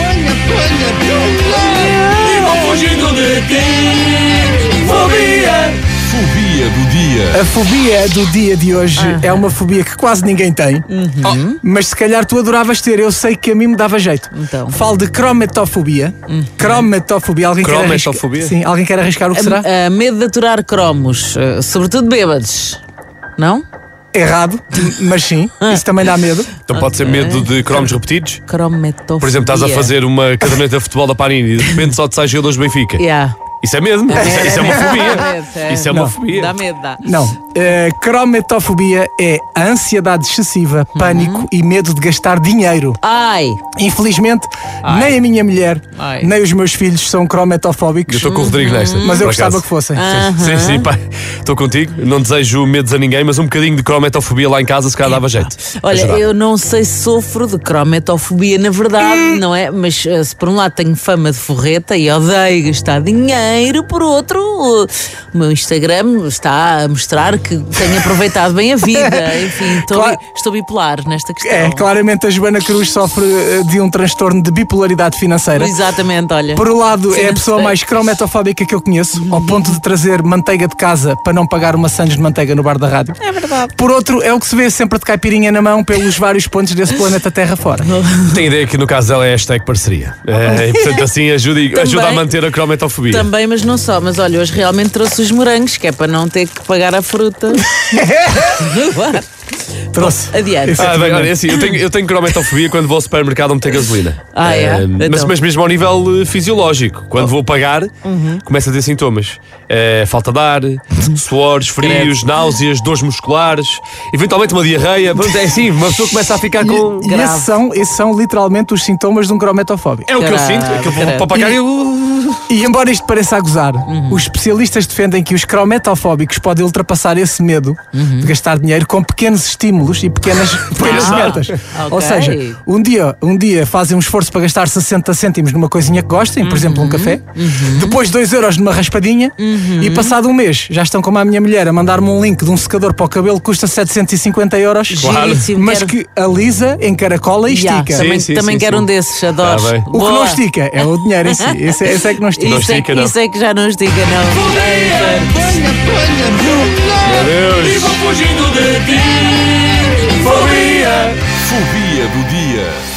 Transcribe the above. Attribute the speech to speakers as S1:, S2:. S1: Olha teu lado. E vou fugindo de ti. Fobia.
S2: Fobia do dia.
S3: A fobia do dia de hoje
S4: Ah.
S3: é uma fobia que quase ninguém tem,
S4: Uhum.
S3: Oh, mas se calhar tu adoravas ter, eu sei que a mim me dava jeito.
S4: Então. Uhum.
S3: Falo de cromatofobia. Cromatofobia,
S2: Cromatofobia?
S3: alguém quer arriscar? Sim, alguém quer arriscar o que será?
S4: A, a medo de aturar cromos, eh, sobretudo bêbados. Não?
S3: Errado, mas sim,
S4: Ah.
S3: isso também dá medo.
S2: Então pode ser medo de cromos repetidos?
S4: Crometofobia.
S2: Por exemplo, estás a fazer uma caderneta de futebol da Panini e de repente só te sai jogadores do Benfica.
S4: Yeah.
S2: Isso é mesmo. Isso, é- isso é uma fobia.
S4: É.
S2: Isso é uma
S3: Não.
S2: fobia.
S4: Dá medo, dá.
S3: Não. Eh, cromatofobia é a ansiedade excessiva,
S4: Uhum.
S3: pânico e medo de gastar dinheiro.
S4: Ai!
S3: Infelizmente, nem a minha mulher,
S4: Ai.
S3: nem os meus filhos são
S2: Eu
S3: cromatofóbicos,
S2: estou com o Rodrigo nesta.
S3: mas
S2: por
S3: eu gostava
S2: acaso.
S3: que fossem.
S4: Ah.
S2: Sim, sim, pá. Estou contigo. Não desejo medos a ninguém, mas um bocadinho de crometofobia lá em casa, se calhar dava jeito. É
S4: Olha,
S2: Ajudava.
S4: eu não sei se sofro de crometofobia, na verdade,
S3: Hum.
S4: não é? Mas eh, se por um lado tenho fama de forreta e odeio gastar dinheiro, por outro, o o meu Instagram está a mostrar que tenho aproveitado bem a vida. Enfim, estou,
S3: Claro.
S4: estou bipolar nesta questão.
S3: É, claramente a Joana Cruz sofre eh, de um transtorno de bipolaridade financeira.
S4: Exatamente, olha.
S3: Por um lado,
S4: é. Sim,
S3: é a
S4: não
S3: pessoa
S4: sei.
S3: mais crometofóbica que eu conheço, ao ponto de trazer manteiga de casa para não pagar uma sandes de manteiga no bar da rádio.
S4: É verdade.
S3: Por outro, é o que se vê sempre de caipirinha na mão pelos vários pontos desse planeta Terra fora.
S2: Tenho ideia que no caso dela é hashtag parceria. É, e, portanto, assim ajuda, e- ajuda a
S4: Também.
S2: manter a crometofobia.
S4: Também, mas não só. Mas olha, hoje realmente trouxe os morangos, que é para não ter que pagar a fruta.
S3: Trouxe.
S4: Adiante.
S2: Ah, bem, olha, é assim, eu tenho, eu tenho crometofobia quando vou ao supermercado não meter gasolina.
S4: Ah, é?
S2: Eh, mas,
S4: Então.
S2: mas mesmo ao nível eh, fisiológico. Quando vou pagar, começa a ter sintomas. Eh, falta de ar, suores, frios, náuseas, dores musculares, eventualmente uma diarreia. Pronto, é assim, uma pessoa começa a ficar com.
S3: E esses são, esses são literalmente os sintomas de um crometofóbico.
S2: É o que eu
S4: Caralho,
S2: sinto, é que eu vou
S4: caralho.
S2: para pagar e eu.
S3: E embora isto pareça a gozar,
S4: Uhum.
S3: os especialistas defendem que os crometofóbicos podem ultrapassar esse medo
S4: Uhum.
S3: de gastar dinheiro com pequenos estímulos e pequenas, pequenas
S2: Ah,
S3: metas. Ou
S4: é. ok.
S3: seja, um dia, um dia fazem um esforço para gastar 60 cêntimos numa coisinha que gostem, por exemplo,
S4: Uhum.
S3: um café, depois 2 euros numa raspadinha e passado um mês já estão como a minha mulher a mandar-me um link de um secador para o cabelo que custa 750 euros,
S2: Claro.
S4: Giríssimo,
S3: mas
S4: quero-
S3: que alisa, encaracola e
S4: Ya,
S3: estica.
S4: Também,
S2: Sim, sim,
S4: também
S2: sim,
S4: quero
S2: sim.
S4: um desses, adoro.
S2: Tá bem.
S3: O que não
S4: Boa.
S3: estica é o dinheiro em si. Esse, esse é que não estica.
S4: Isso, é,
S2: estica, não.
S4: isso é que já não estica, não.
S1: Olha, olha teu lado.
S2: Meu
S1: E
S2: Deus!
S1: vou fugindo de ti. Fobia.
S2: Fobia do dia.